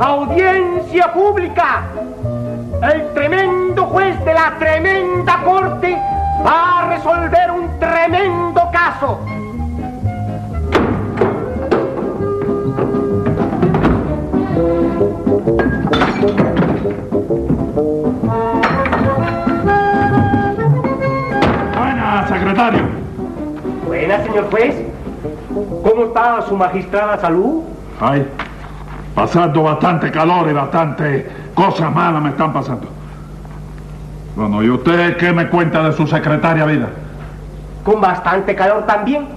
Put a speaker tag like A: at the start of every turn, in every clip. A: Audiencia pública. El tremendo juez de la tremenda corte va a resolver un tremendo caso.
B: Buenas, secretario.
A: Buenas, señor juez. ¿Cómo está su magistrada salud?
B: Ay, pasando bastante calor y bastante cosas malas me están pasando. Bueno, ¿y usted qué me cuenta de su secretaria vida?
A: Con bastante calor también.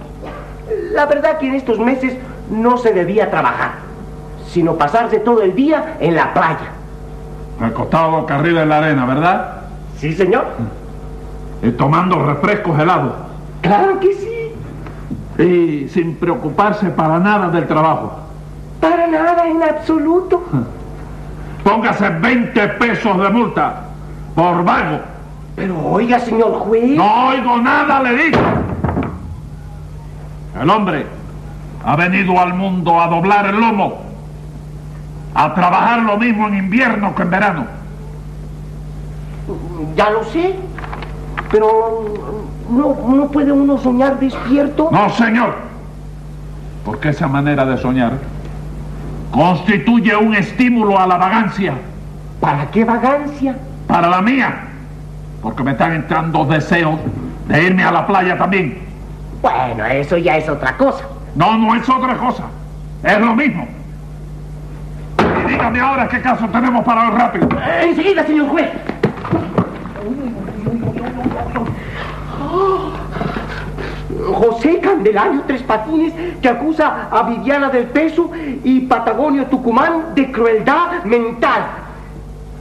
A: La verdad que en estos meses no se debía trabajar, sino pasarse todo el día en la playa.
B: Recostado boca arriba en la arena, ¿verdad?
A: ¿Sí, señor?
B: Y tomando refrescos helados.
A: Claro que sí.
B: Y sin preocuparse para nada del trabajo.
A: Para nada en absoluto.
B: Póngase 20 pesos de multa por vago.
A: Pero oiga, señor juez.
B: No oigo nada, le digo. El hombre ha venido al mundo a doblar el lomo, a trabajar lo mismo en invierno que en verano.
A: Ya lo sé. Pero no, no puede uno soñar despierto.
B: No, señor. Porque esa manera de soñar constituye un estímulo a la vagancia
A: ¿Para qué vagancia?
B: para la mía. Porque me están entrando deseos de irme a la playa también.
A: Bueno, eso ya es otra cosa.
B: No, no es otra cosa. Es lo mismo. Y dígame ahora qué caso tenemos para hoy rápido.
A: Enseguida, señor juez. Ah. José Candelario Tres Patines que acusa a Viviana del Peso y Patagonio Tucumán de crueldad mental.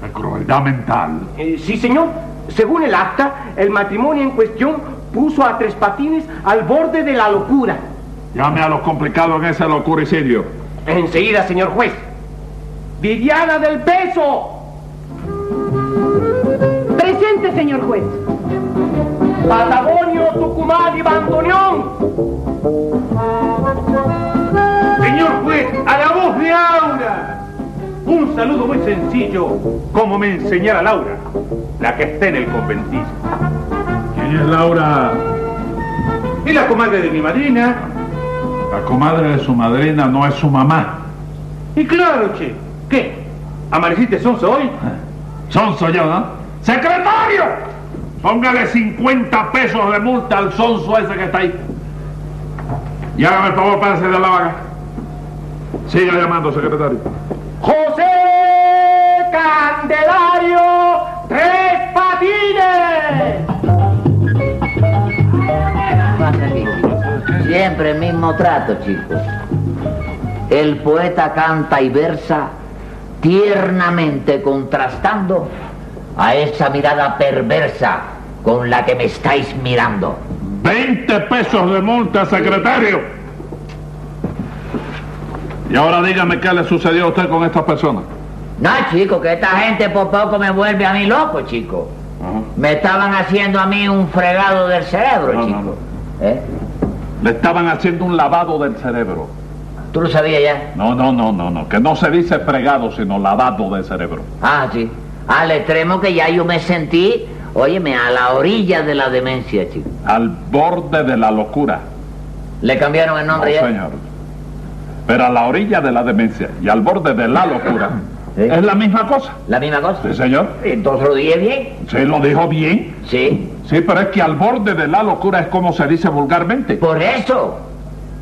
B: La crueldad mental.
A: Eh, sí, señor. Según el acta, el matrimonio en cuestión puso a Tres Patines al borde de la locura.
B: Llame a los complicados en ese locuricidio.
A: Enseguida, señor juez. Viviana del Peso,
C: Presente, señor juez.
A: Patagonio Tucumán y Bandoneón.
D: Señor juez, a la voz de Aura. Un saludo muy sencillo, como me enseñara Laura, la que está en el conventillo.
B: ¿Quién es Laura?
D: Y la comadre de mi madrina.
B: La comadre de su madrina no es su mamá.
D: Y claro, che, ¿qué? ¿Amaneciste sonso hoy?
B: Sonso yo, ¿no? ¡Secretario! Póngale 50 pesos de multa al sonso ese que está ahí. Y hágame el favor, párese de la vaga. Siga llamando, secretario.
A: José Candelario Tres Patines.
E: Siempre el mismo trato, chicos. El poeta canta y versa tiernamente contrastando a esa mirada perversa con la que me estáis mirando.
F: 20 pesos de multa, secretario. Y ahora dígame qué le sucedió a usted con estas personas.
E: No, chico, que esta gente por poco me vuelve a mí loco, chico.
F: Ajá.
E: Me estaban haciendo a mí un fregado del cerebro,
F: No, no,
E: chico. ¿Eh?
F: Le estaban haciendo un lavado del cerebro.
E: ¿Tú lo sabías ya?
F: No, no, no, no, no. Que no se dice fregado, sino lavado del cerebro.
E: Ah, sí. Al extremo que ya yo me sentí, óyeme, a la orilla de la demencia, chico.
F: Al borde de la locura.
E: ¿Le cambiaron el
F: No,
E: nombre Ah, ya?
F: señor. Pero a la orilla de la demencia y al borde de la locura.
E: Sí.
F: Es la misma cosa.
E: ¿La misma cosa?
F: Sí, señor.
E: Entonces lo dije bien.
F: Se lo dijo bien.
E: Sí.
F: Sí, pero es que al borde de la locura es como se dice vulgarmente.
E: Por eso.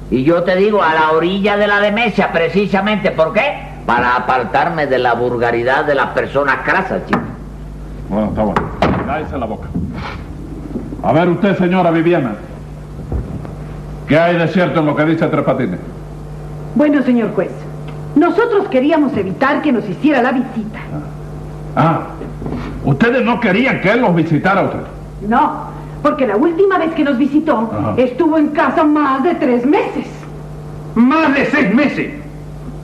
E: Y yo te digo, a la orilla de la demencia, precisamente, ¿por qué? Para apartarme de la vulgaridad de las personas crasas, chico.
F: Bueno, está bueno. Cállese la boca. A ver usted, señora Viviana. ¿Qué hay de cierto en lo que dice Tres Patines?
G: Bueno, señor juez, nosotros queríamos evitar que nos hiciera la visita.
F: Ah, ustedes no querían que él los visitara a usted.
G: No, porque la última vez que nos visitó
F: Ajá.
G: estuvo en casa más de tres meses.
B: Más de seis meses.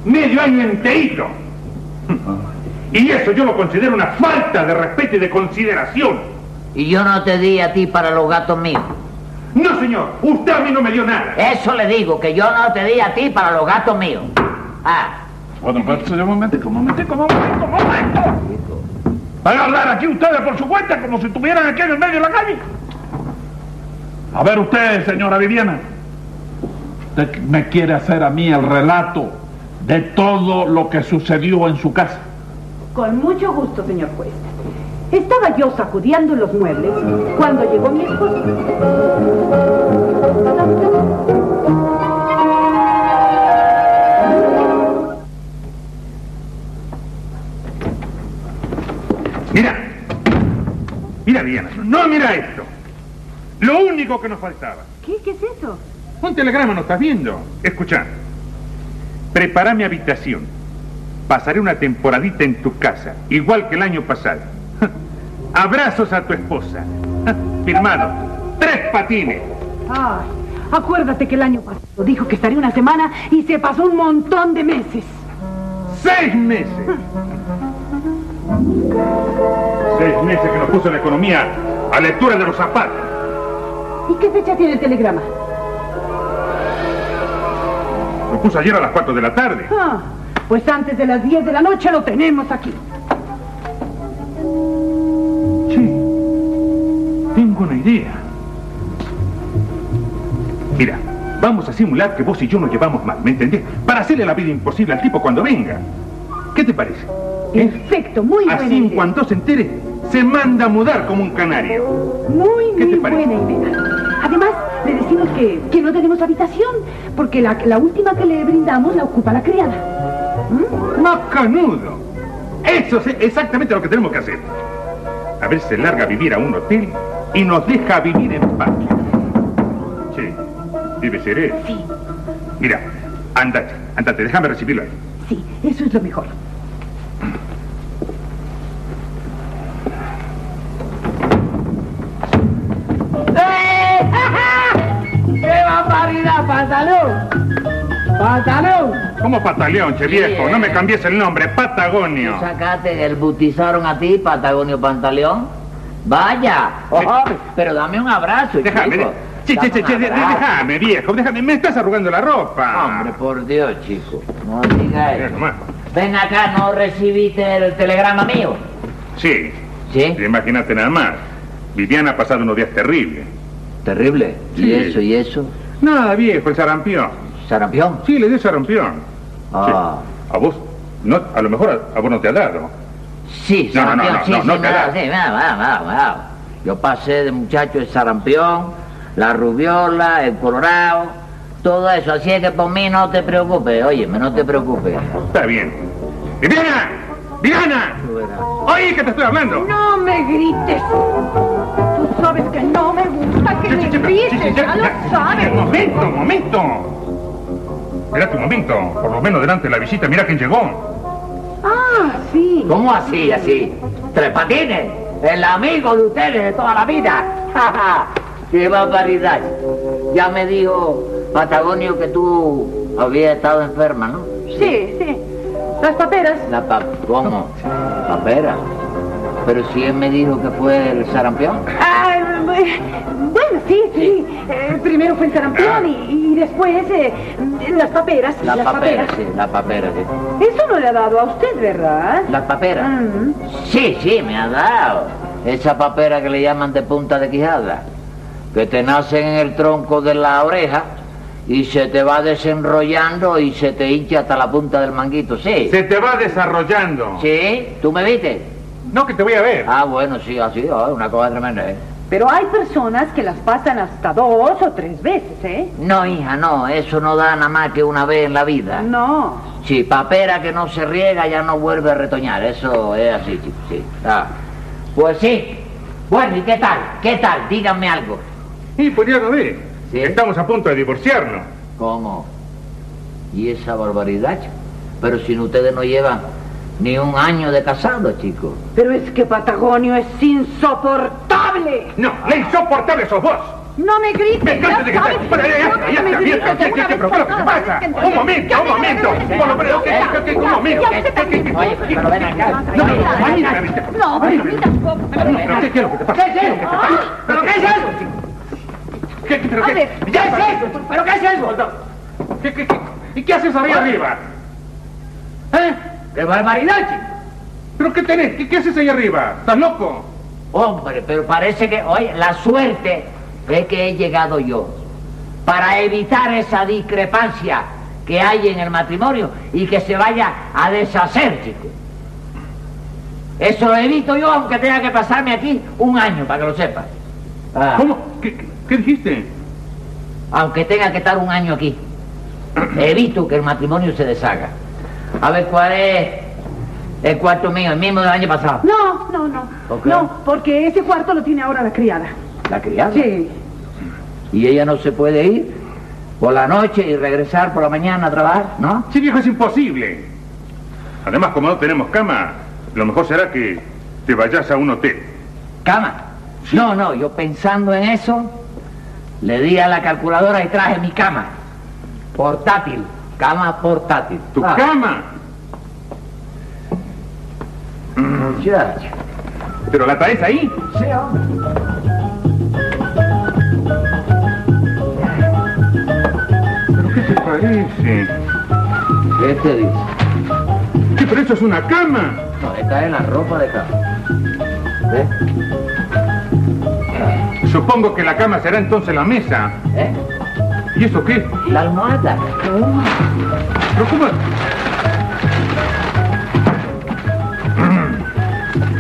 B: Medio año enterito.
F: Ah.
B: Y eso yo lo considero una falta de respeto y de consideración.
E: Y yo no te di a ti para los gatos míos.
B: No, señor. Usted a mí no me dio nada.
E: Eso le digo, que yo no te di a ti para los gatos míos. Ah,
F: Bueno, pues un momentico, un momentico, un momentico, un momento. Van a hablar aquí ustedes por su cuenta como si estuvieran aquí en el medio de la calle. A ver usted, señora Viviana. Usted me quiere hacer a mí el relato de todo lo que sucedió en su casa.
G: Con mucho gusto, señor juez. Estaba yo sacudiendo los muebles cuando llegó mi esposo.
B: Mira, mira, Diana, no mira esto. Lo único que nos faltaba.
G: ¿Qué, ¿Qué es eso?
B: Un telegrama no estás viendo. Escucha. Prepara mi habitación. Pasaré una temporadita en tu casa, igual que el año pasado. Abrazos a tu esposa. Firmado. Tres patines.
G: Ay, acuérdate que el año pasado dijo que estaría una semana y se pasó un montón de meses.
B: Seis meses. Seis meses que nos puso la economía a la altura de los zapatos.
G: ¿Y qué fecha tiene el telegrama?
B: Nos puso ayer a las cuatro de la tarde.
G: Ah, pues antes de las 10 de la noche lo tenemos aquí.
B: Sí, tengo una idea. Mira, vamos a simular que vos y yo nos llevamos mal, ¿me entendés? Para hacerle la vida imposible al tipo cuando venga. ¿Qué te parece?
G: ¿Eh? Perfecto, muy buena
B: Así en
G: idea.
B: cuanto se entere, se manda a mudar como un canario.
G: Muy,
B: ¿Qué
G: muy
B: te parece?
G: buena idea. Además, le decimos que, que no tenemos habitación, porque la, la última que le brindamos la ocupa la criada.
B: ¡Macanudo! Eso es exactamente lo que tenemos que hacer. A ver, se larga a vivir a un hotel y nos deja vivir en paz. Sí, debe ser él.
G: Sí,
B: Mira, andate, andate, déjame recibirlo ahí.
G: sí, eso es lo mejor.
A: ¡Eh! ¡Qué barbaridad, pantalón! ¡Pantalón!
B: ¿Cómo pataleón, che viejo?
E: eh.
B: No me cambies el nombre, Patagonio.
E: sacaste, el butizaron a ti, Patagonio Pantaleón. Vaya, ojo, pero dame un abrazo,
B: Déjame,
E: chico.
B: de- che, che,
E: Dame
B: che,
E: un
B: che, de-
E: abrazo.
B: déjame, viejo, déjame, me estás arrugando la ropa. Eh,
E: Hombre, por Dios, chico. No digas
B: Mira
E: eso.
B: nomás.
E: Ven acá, ¿no recibiste el telegrama mío?
B: Sí,
E: ¿Sí?
B: imagínate nada más. Viviana ha pasado unos días terribles.
E: Terrible.
B: Sí.
E: ¿Y eso, y eso?
B: Nada, viejo, el sarampión.
E: ¿Sarampión?
B: Sí, le dio sarampión.
E: Ah.
B: Sí. A vos, no, a lo mejor a, a vos no te ha dado.
E: Sí,
B: No, no,
E: sarampión,
B: no, no,
E: sí,
B: no,
E: sí,
B: no
E: me
B: te
E: da,
B: da.
E: sí, me da, me da, me da, me da. Yo pasé de muchacho el sarampión, la rubiola, el colorado, todo eso. Así es que por mí no te preocupes, óyeme, no te preocupes.
B: Está bien. ¡Viviana! ¡Viviana!
E: Tú verás.
B: ¡Oye que te estoy hablando!
G: No me grites. Tú sabes que no me gusta que
B: Che, che,
G: me
B: che, pero- che, che,
G: grites,
B: che,
G: ya lo
B: che,
G: sabes.
B: che, Momento, momento. Espérate un momento, por lo menos delante de la visita, mira quién llegó.
G: Ah, sí.
E: ¿Cómo así, así? Tres patines, el amigo de ustedes de toda la vida. ¡Qué barbaridad! Ya me dijo Patagonio que tú habías estado enferma, ¿no?
G: Sí, sí. Las paperas.
E: La pa ¿Cómo? Papera. Pero si él me dijo que fue el sarampión.
G: Ah, eh, bueno, sí, sí. Eh, primero fue el sarampión y, y después eh, las paperas.
E: La
G: las
E: papera,
G: paperas.
E: sí, la papera, sí.
G: Eso no le ha dado a usted, ¿verdad?
E: La papera.
G: Mm.
E: Sí, sí, me ha dado. Esa papera que le llaman de punta de quijada, que te nace en el tronco de la oreja y se te va desenrollando y se te hincha hasta la punta del manguito, sí.
B: Se te va desarrollando.
E: Sí, ¿tú me viste?
B: No, que te voy a ver.
E: Ah, bueno, sí, así, ah, una cosa tremenda, ¿eh?
G: Pero hay personas que las pasan hasta dos o tres veces, ¿eh?
E: No, hija, no, eso no da nada más que una vez en la vida.
G: No.
E: Sí, papera que no se riega ya no vuelve a retoñar, eso es así, chico, sí. Ah, Pues sí. Bueno, ¿y qué tal? ¿Qué tal? Díganme algo.
B: Y pues ya lo ve.
E: Sí.
B: Estamos a punto de divorciarnos.
E: ¿Cómo? ¿Y esa barbaridad? chico? Pero si ustedes no llevan ni un año de casado, chicos.
G: Pero es que Patagonio es insoportable.
B: No, la insoportable sos vos.
G: No me grites.
B: Me canso de
G: ya sabes
B: gritar. Pero ya, ya, ya, ya, ya, ya, ya, ya, pero, pero, ¿qué pasa? Un momento, un momento. Por lo menos, que- que- que- un momento.
E: Oye, pero ven acá.
B: No, no, no, ahí, ahí,
G: No, pero mí tampoco.
B: ¿Pero qué- qué es lo que te pasa? ¿Qué es lo que te pasa?
A: Ah, ¿Pero qué es eso?
B: ¿Qué- qué- pero
A: A
B: qué-
A: ver, ¿qué
B: ya,
A: es eso? ¿Pero qué es eso?
B: ¿Qué- qué- qué- ¿Y qué haces ahí arriba? ¿Eh?
E: ¡Qué barbaridad, chico!
B: ¿Pero qué tenés? ¿Qué, qué haces ahí arriba? ¿Estás loco?
E: Hombre, pero parece que, oye, la suerte es que he llegado yo para evitar esa discrepancia que hay en el matrimonio y que se vaya a deshacer, chico. Eso lo evito yo, aunque tenga que pasarme aquí un año, para que lo sepas. Ah.
B: ¿Cómo? ¿Qué, qué- qué dijiste?
E: aunque tenga que estar un año aquí. Evito que el matrimonio se deshaga. A ver, ¿cuál es el cuarto mío? El mismo del año pasado.
G: No, no, no.
E: Ok.
G: No, porque ese cuarto lo tiene ahora la criada.
E: La criada.
G: Sí.
E: Y ella no se puede ir por la noche y regresar por la mañana a trabajar, ¿no?
B: Sí, viejo, es imposible. Además, como no tenemos cama, lo mejor será que te vayas a un hotel.
E: Cama. No, no, yo pensando en eso, le di a la calculadora y traje mi cama. Portátil. Cama portátil.
B: ¿Tu
E: Ah,
B: cama?
E: muchacho.
B: ¿Pero la traes ahí?
E: Sí, hombre.
B: ¿Pero qué te parece?
E: ¿Qué te dice?
B: Sí, pero eso es una cama.
E: No, esta es la ropa de cama. ¿Ves?
B: Supongo que la cama será entonces la mesa.
E: ¿Eh?
B: ¿Y eso qué?
E: La almohada.
B: ¿Pero cómo?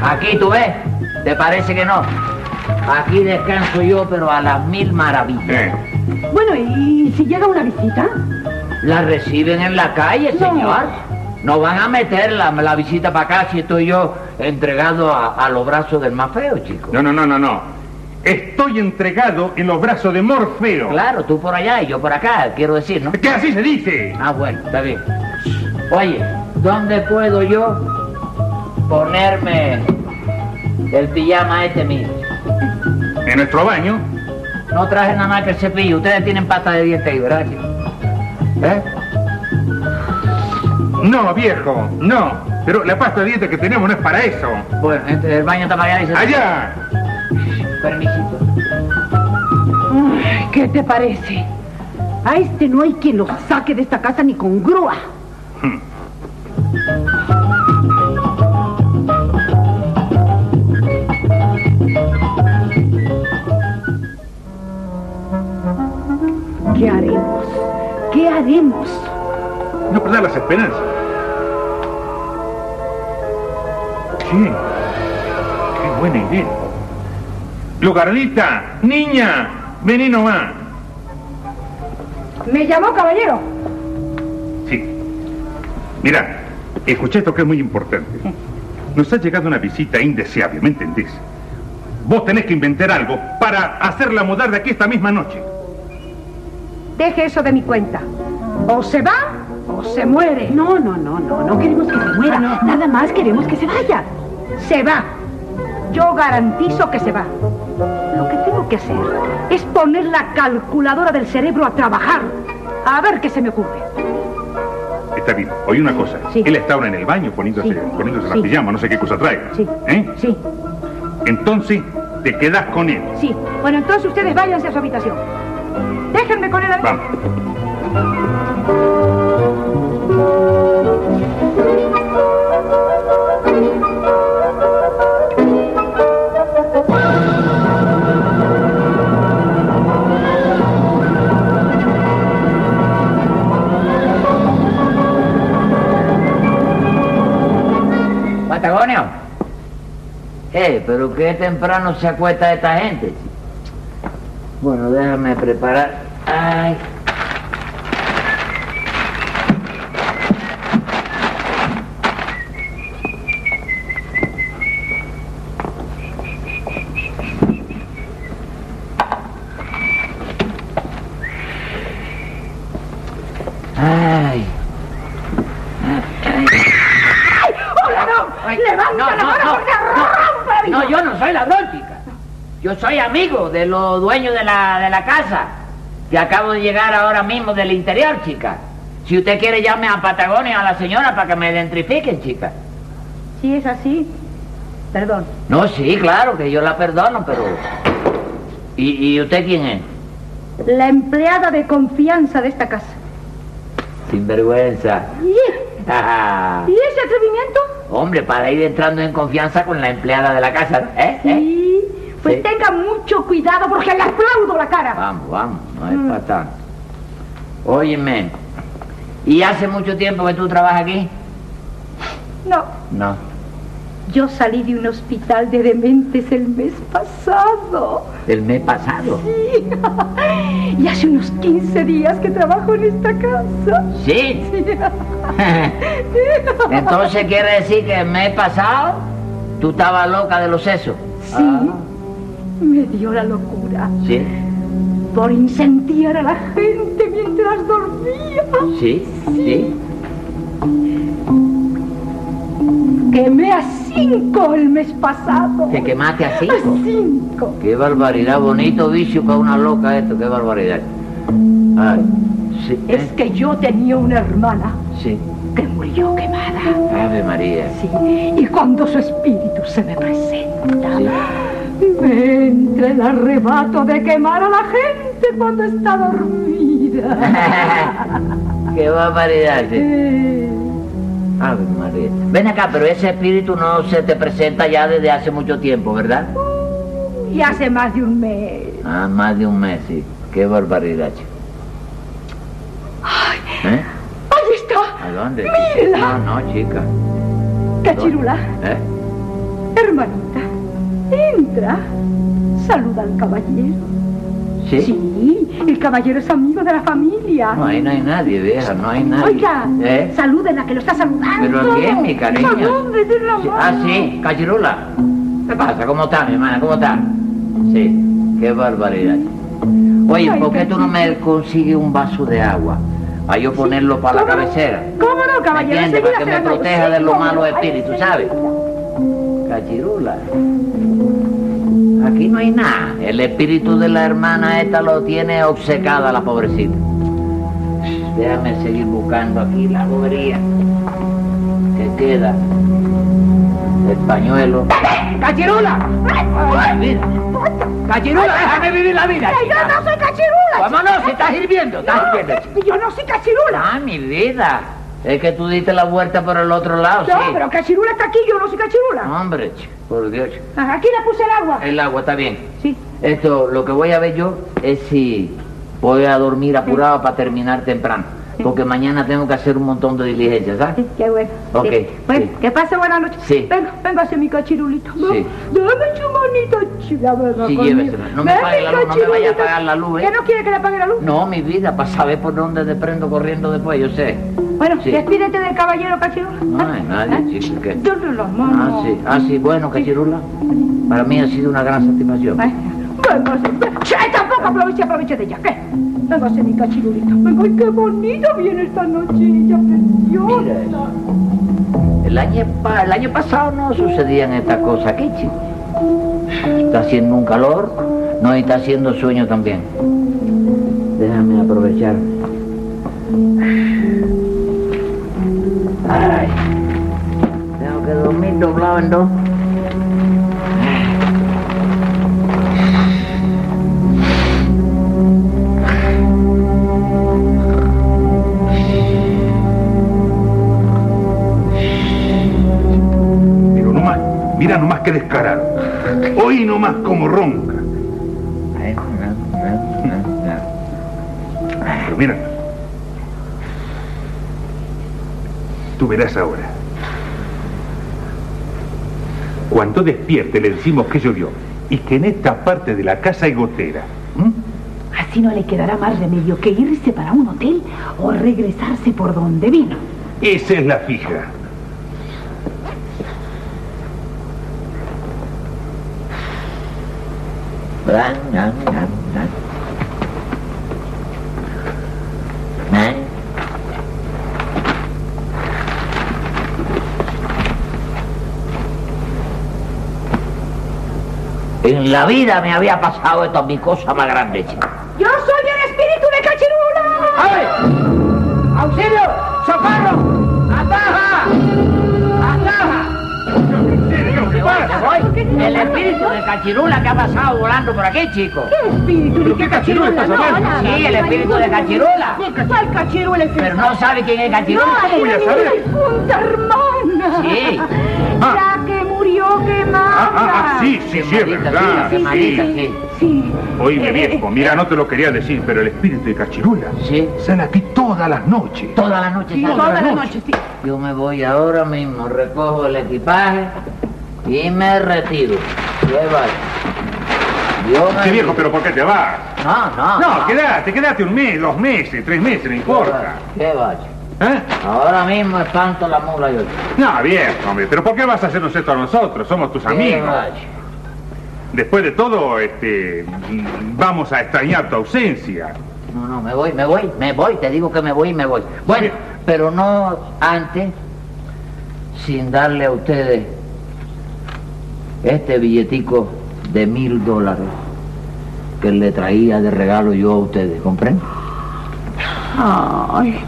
E: Aquí tú ves. ¿Te parece que no? Aquí descanso yo, pero a las mil maravillas.
B: Eh,
G: Bueno, ¿y si llega una visita?
E: La reciben en la calle,
G: No.
E: señor. No van a meter la, la visita para acá si estoy yo entregado a, a los brazos del más feo, chico.
B: no, no, no, no, no. Estoy entregado en los brazos de Morfeo.
E: Claro, tú por allá y yo por acá, quiero decir, ¿no?
B: ¿Qué así se dice?
E: Ah, bueno, está bien. Oye, ¿dónde puedo yo ponerme el pijama este mío?
B: En nuestro baño.
E: No traje nada más que el cepillo. Ustedes tienen pasta de dientes ahí, ¿verdad? chico? ¿Eh?
B: No, viejo, no. Pero la pasta de dientes que tenemos no es para eso.
E: Bueno, ent- el baño está para allá y se...
B: Allá.
E: Permisito.
G: Ay, ¿Qué te parece? A este no hay quien lo saque de esta casa ni con grúa. ¿Qué haremos? ¿Qué haremos?
B: No perder las esperanzas. Sí. Qué buena idea. Lugarnita, niña, vení nomás.
G: Me llamó caballero.
B: Sí. Mira, escuché esto que es muy importante. Nos ha llegado una visita indeseable, ¿me entendés? Vos tenés que inventar algo para hacerla mudar de aquí esta misma noche.
G: Deje eso de mi cuenta. O se va o se muere. No, no, no, no. No queremos que se muera. Nada más queremos que se vaya. Se va. Yo garantizo que se va. Lo que tengo que que hacer es poner la calculadora del cerebro a trabajar. A ver qué se me ocurre.
B: Está bien. Oye una cosa.
G: Sí.
B: Él está ahora en el baño poniéndose,
G: Sí.
B: poniéndose la
G: Sí.
B: pijama, no sé qué cosa trae.
G: Sí.
B: ¿Eh?
G: Sí,
B: Entonces, te quedas con él.
G: sí. Bueno, entonces ustedes váyanse a su habitación. Déjenme con él a mí.
B: Vamos.
E: Patagonio. Eh, pero qué temprano se acuesta esta gente. chico. Bueno, déjame preparar. Ay. Ay.
G: ¡Oh, ladrón!
E: Ay,
G: ¡Levanta la mano porque rompe la vida!
E: no, yo no soy ladrón, chica. Yo soy amigo de los dueños de la, de la casa, que acabo de llegar ahora mismo del interior, chica. Si usted quiere, llame a Patagonia a la señora para que me identifiquen, chica.
G: Si es así, perdón.
E: No, sí, claro, que yo la perdono, pero... ¿Y, y usted quién es?
G: La empleada de confianza de esta casa.
E: Sinvergüenza.
G: ¿Y, e-, y ese atrevimiento?
E: Hombre, para ir entrando en confianza con la empleada de la casa, ¿eh? ¿Eh?
G: Sí. Pues
E: Sí. Ah.
G: tenga mucho cuidado porque le aplaudo la cara.
E: Vamos, vamos, no es para tanto. Óyeme, ¿y hace mucho tiempo que tú trabajas aquí?
G: No,
E: No.
G: yo salí de un hospital de dementes el mes pasado.
E: ¿Del mes pasado?
G: Sí. Y hace unos 15 días que trabajo en esta casa.
E: Sí. Entonces quiere decir que el mes pasado tú estabas loca de los sesos. Ah,
G: Sí, me dio la locura
E: Sí,
G: por incendiar a la gente mientras dormía.
E: sí, sí.
G: Quemé a cinco el mes pasado.
E: Te quemaste a
G: A
E: cinco.
G: cinco.
E: Qué barbaridad, bonito vicio para una loca esto, qué barbaridad. Ay, sí, ¿eh?
G: Es que yo tenía una hermana
E: sí.
G: que murió quemada.
E: Ave María.
G: Sí, y cuando su espíritu se me presenta,
E: Sí.
G: me entra el arrebato de quemar a la gente cuando está dormida.
E: qué barbaridad, sí.
G: Eh,
E: Ave María. Ven acá, pero ese espíritu no se te presenta ya desde hace mucho tiempo, ¿verdad?
G: y hace más de un mes.
E: Ah, más de un mes, sí. Qué barbaridad, chico. ¿Eh?
G: ¡Ahí está!
E: ¿A dónde?
G: Mírela.
E: No, no, chica.
G: Cachirula,
E: ¿Eh?
G: hermanita, entra. Saluda al caballero.
E: ¿Sí?
G: Sí, el caballero es amigo de la familia.
E: No, ahí no hay nadie, vieja, no hay nadie.
G: Oiga,
E: ¿Eh?
G: saluden a que lo está saludando.
E: ¿Pero a quién, mi cariño?
G: ¿A dónde? De la
E: Sí.
G: mano.
E: Ah, sí, Cachirula. ¿Qué pasa? ¿Cómo está, mi hermana? ¿Cómo está? Sí, qué barbaridad. Oye,
G: Ay,
E: ¿por qué tú no me consigues un vaso de agua? Para yo ponerlo para la
G: ¿Cómo no?
E: cabecera.
G: ¿Cómo no, caballero?
E: ¿Me entiendes? Para
G: Enseguida
E: que
G: se
E: me
G: la traigo.
E: proteja
G: Sí,
E: de los
G: cómo no.
E: malos
G: Ay,
E: espíritus,
G: enseguida.
E: ¿sabes? Cachirula. Aquí no hay nada. El espíritu de la hermana esta lo tiene obcecada la pobrecita. Déjame seguir buscando aquí la bobería que queda. El pañuelo.
A: ¡Cachirula!
E: Ay, mi vida. ¡Cachirula, déjame vivir la vida!
G: Ay, yo
E: chica.
G: no soy cachirula.
E: ¡Vámonos, si estás hirviendo! ¡Estás hirviendo! chica.
G: Yo no soy cachirula.
E: ¡Ah, mi vida! Es que tú diste la vuelta por el otro lado,
G: No,
E: sí.
G: pero cachirula está aquí, yo no soy cachirula.
E: Hombre, chico, por Dios. chico.
G: Ajá, Aquí le puse el agua.
E: El agua está bien.
G: Sí.
E: Esto, lo que voy a ver yo es si voy a dormir apurado para terminar temprano. Porque mañana tengo que hacer un montón de diligencias, ¿sabes?
G: Sí, qué bueno.
E: Ok,
G: Sí. Bueno,
E: sí.
G: que pase buena noche.
E: Sí.
G: Vengo, vengo a hacer mi cachirulito.
E: Sí.
G: Dame su manito chula, venga
E: Sí,
G: conmigo.
E: llévesela. No me
G: Ven,
E: apague la
G: mi
E: luz, no me vaya a
G: cachirulito.
E: apagar la luz, ¿eh?
G: ¿Que no quiere que le apague la luz?
E: No, mi vida, para saber por dónde te prendo corriendo después, yo sé.
G: Bueno,
E: Sí.
G: despídete del caballero cachirula.
E: No hay nadie,
G: ¿Eh?
E: chico, ¿qué?
G: Yo no lo
E: Ah,
G: mamo.
E: sí, ah, sí, bueno, Cachirula. Para mí ha sido una gran satisfacción.
G: Ay, vengo a hacer- Che, tampoco aproveche, aproveche de ella. ¿Qué? Vengo a hacer mi cachirulito. Vengo, y qué bonito viene esta nochilla,
E: Mira
G: preciosa.
E: eso. El año, pa- el año pasado no sucedían estas cosas aquí, chico. Está haciendo un calor, No, y está haciendo sueño también. Déjame aprovechar. Ay, tengo que dormir doblado en dos.
B: Pero nomás, mira nomás qué descarado. Oí nomás como ronca. Pero mira. Tú verás ahora. Cuando despierte le decimos que llovió y que en esta parte de la casa hay gotera. ¿m?
G: Así no le quedará más remedio que irse para un hotel o regresarse por donde vino.
B: Esa es la fija.
E: Bran, nan, nan, nan. Nan. En la vida me había pasado esto, mi cosa más grande, chico.
G: ¡Yo soy el espíritu de Cachirula!
A: ¡Ay! ¡Auxilio! ¡Socorro! ¡Ataja! ¡Ataja!
B: ¿Qué pasa?
E: Hoy, el espíritu de Cachirula que ha pasado volando por aquí, chico.
G: ¿Qué espíritu de
B: qué Cachirula estás
G: No,
B: hablando?
G: nada,
E: Sí, el
G: no hay
E: espíritu de
G: ningún-
E: Cachirula.
G: ¿Cuál Cachirula es ese?
E: Pero no sabe quién es Cachirula.
G: No,
B: voy a
G: adivina
B: saber.
G: mi difunta hermana.
E: Sí.
B: Ah.
G: La que murió quemada.
B: Ah, ah, ah, sí, sí,
E: Qué
B: sí, es
E: maldita
B: verdad.
E: sea, qué
B: sí.
E: maldita. sí.
G: sí.
B: Oíme
G: Eh,
B: viejo, mira, no te lo quería decir, pero el espíritu de Cachirula
E: Sí.
B: sale aquí todas las noches.
E: Toda la noche.
G: Sí,
E: sale.
G: toda la noche, sí.
E: Yo me voy ahora mismo, recojo el equipaje y me retiro. Yo Yo me...
B: Sí, viejo, pero ¿por qué te vas?
E: No, no.
B: No, quédate, quédate un mes, dos meses, tres meses, no importa.
E: ¿Qué vaya?
B: ¿Eh?
E: Ah. Ahora mismo espanto la mula yo.
B: No, viejo, hombre, pero ¿por qué vas a hacernos esto a nosotros? Somos tus
E: ¿Qué
B: amigos.
E: vaya?
B: Después de todo, este, mm, vamos a extrañar tu ausencia.
E: No, no, me voy, me voy, me voy. Te digo que me voy y me voy. Bueno,
B: Bien.
E: pero no antes sin darle a ustedes este billetico de mil dólares que le traía de regalo yo a ustedes, ¿comprenden?
G: Ay,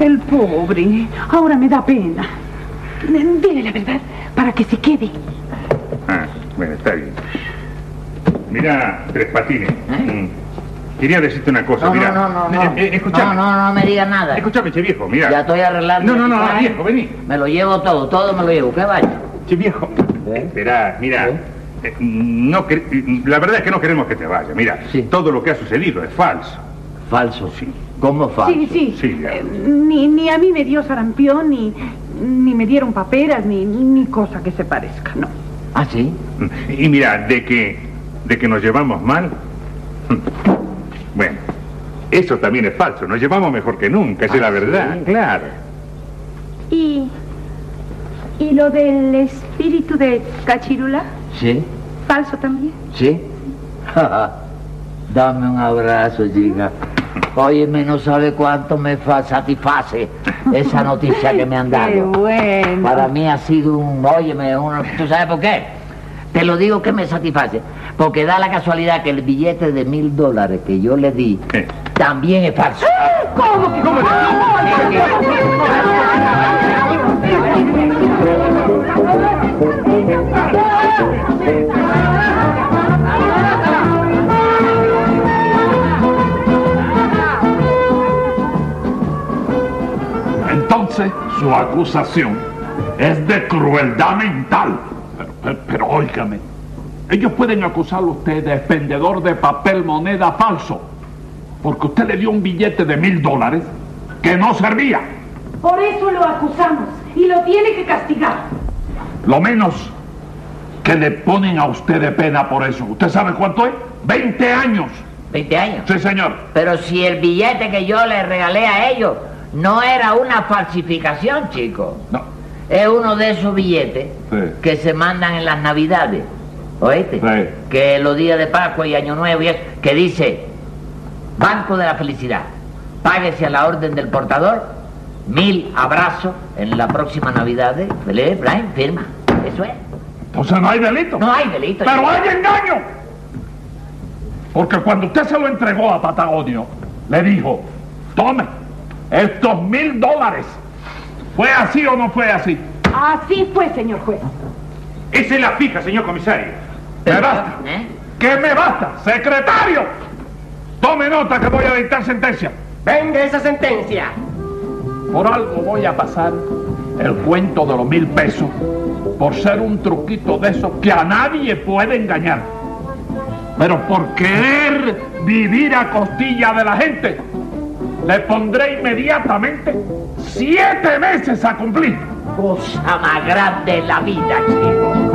G: el pobre. Ahora me da pena. N- Dile la verdad para que se quede.
B: Ah, bueno, está bien. Mira, tres patines. mm, Quería decirte una cosa,
E: ¿Eh? No,
B: mira.
E: no, no, no.
B: Eh, eh, escuchame,
E: No, no, no me digas nada.
B: escuchame, che viejo, mira.
E: Ya estoy arreglando.
B: No, no, no,
E: Ay,
B: viejo, vení.
E: Me lo llevo todo, todo me lo llevo. ¿Qué vaya?
B: Che viejo.
E: ¿Eh?
B: Espera, mira.
E: ¿Eh?
B: eh, No quer- eh, la verdad es que no queremos que te vayas. Mira,
E: Sí.
B: todo lo que ha sucedido es falso.
E: Falso.
B: Sí.
E: ¿Cómo falso?
G: Sí, sí.
B: Sí, ya.
G: Eh, ni, ni a mí me dio sarampión, ni, ni me dieron paperas, ni, ni cosa que se parezca, no.
E: Ah, sí.
B: Mm, Y mira, de que, de que nos llevamos mal. mm, Bueno, eso también es falso. Nos llevamos mejor que nunca, esa es
E: Ah,
B: la verdad.
E: sí.
B: Claro.
H: ¿Y, ¿Y lo del espíritu de Cachirula?
E: Sí,
H: ¿Falso también?
E: sí. Dame un abrazo, chica. Óyeme, no sabe cuánto me fa- satisface esa noticia que me han dado.
G: Qué bueno.
E: Para mí ha sido un, óyeme, uno, ¿tú sabes por qué? Te lo digo que me satisface, porque da la casualidad que el billete de mil dólares que yo le di
B: Eh.
E: también es falso.
G: ¿Cómo que
B: ¿Cómo te-
F: Entonces, su acusación es de crueldad mental. Pero, pero- pero óigame, ellos pueden acusarlo a usted de expendedor de papel moneda falso, porque usted le dio un billete de mil dólares que no servía.
G: Por eso lo acusamos y lo tiene que castigar.
F: Lo menos que le ponen a usted de pena por eso. ¿Usted sabe cuánto es? 20 años.
E: 20 años.
F: Sí, señor.
E: Pero si el billete que yo les regalé a ellos no era una falsificación, chicos.
F: No.
E: Es uno de esos billetes
F: Sí.
E: que se mandan en las navidades. ¿Oíste?
F: Sí.
E: Que los días de Pascua y Año Nuevo y eso, que dice Banco de la Felicidad, páguese a la orden del portador, mil abrazos en la próxima Navidad. ¿Vale, Brian? Firma. Eso es.
F: Entonces no hay delito.
E: No hay delito.
F: Pero
E: chico.
F: hay engaño.
B: Porque cuando usted se lo entregó a Patagonio, le dijo, tome estos mil dólares. ¿Fue así o no fue así?
G: Así fue, señor juez.
I: Esa es la fija, señor comisario.
B: Me basta.
E: ¿Eh?
B: ¿Qué me basta? ¡Secretario! Tome nota que voy a dictar sentencia.
A: Venga esa sentencia.
B: Por algo voy a pasar el cuento de los mil pesos por ser un truquito de esos que a nadie puede engañar. Pero por querer vivir a costilla de la gente, le pondré inmediatamente siete meses a cumplir.
E: Cosa más grande en la vida, chico.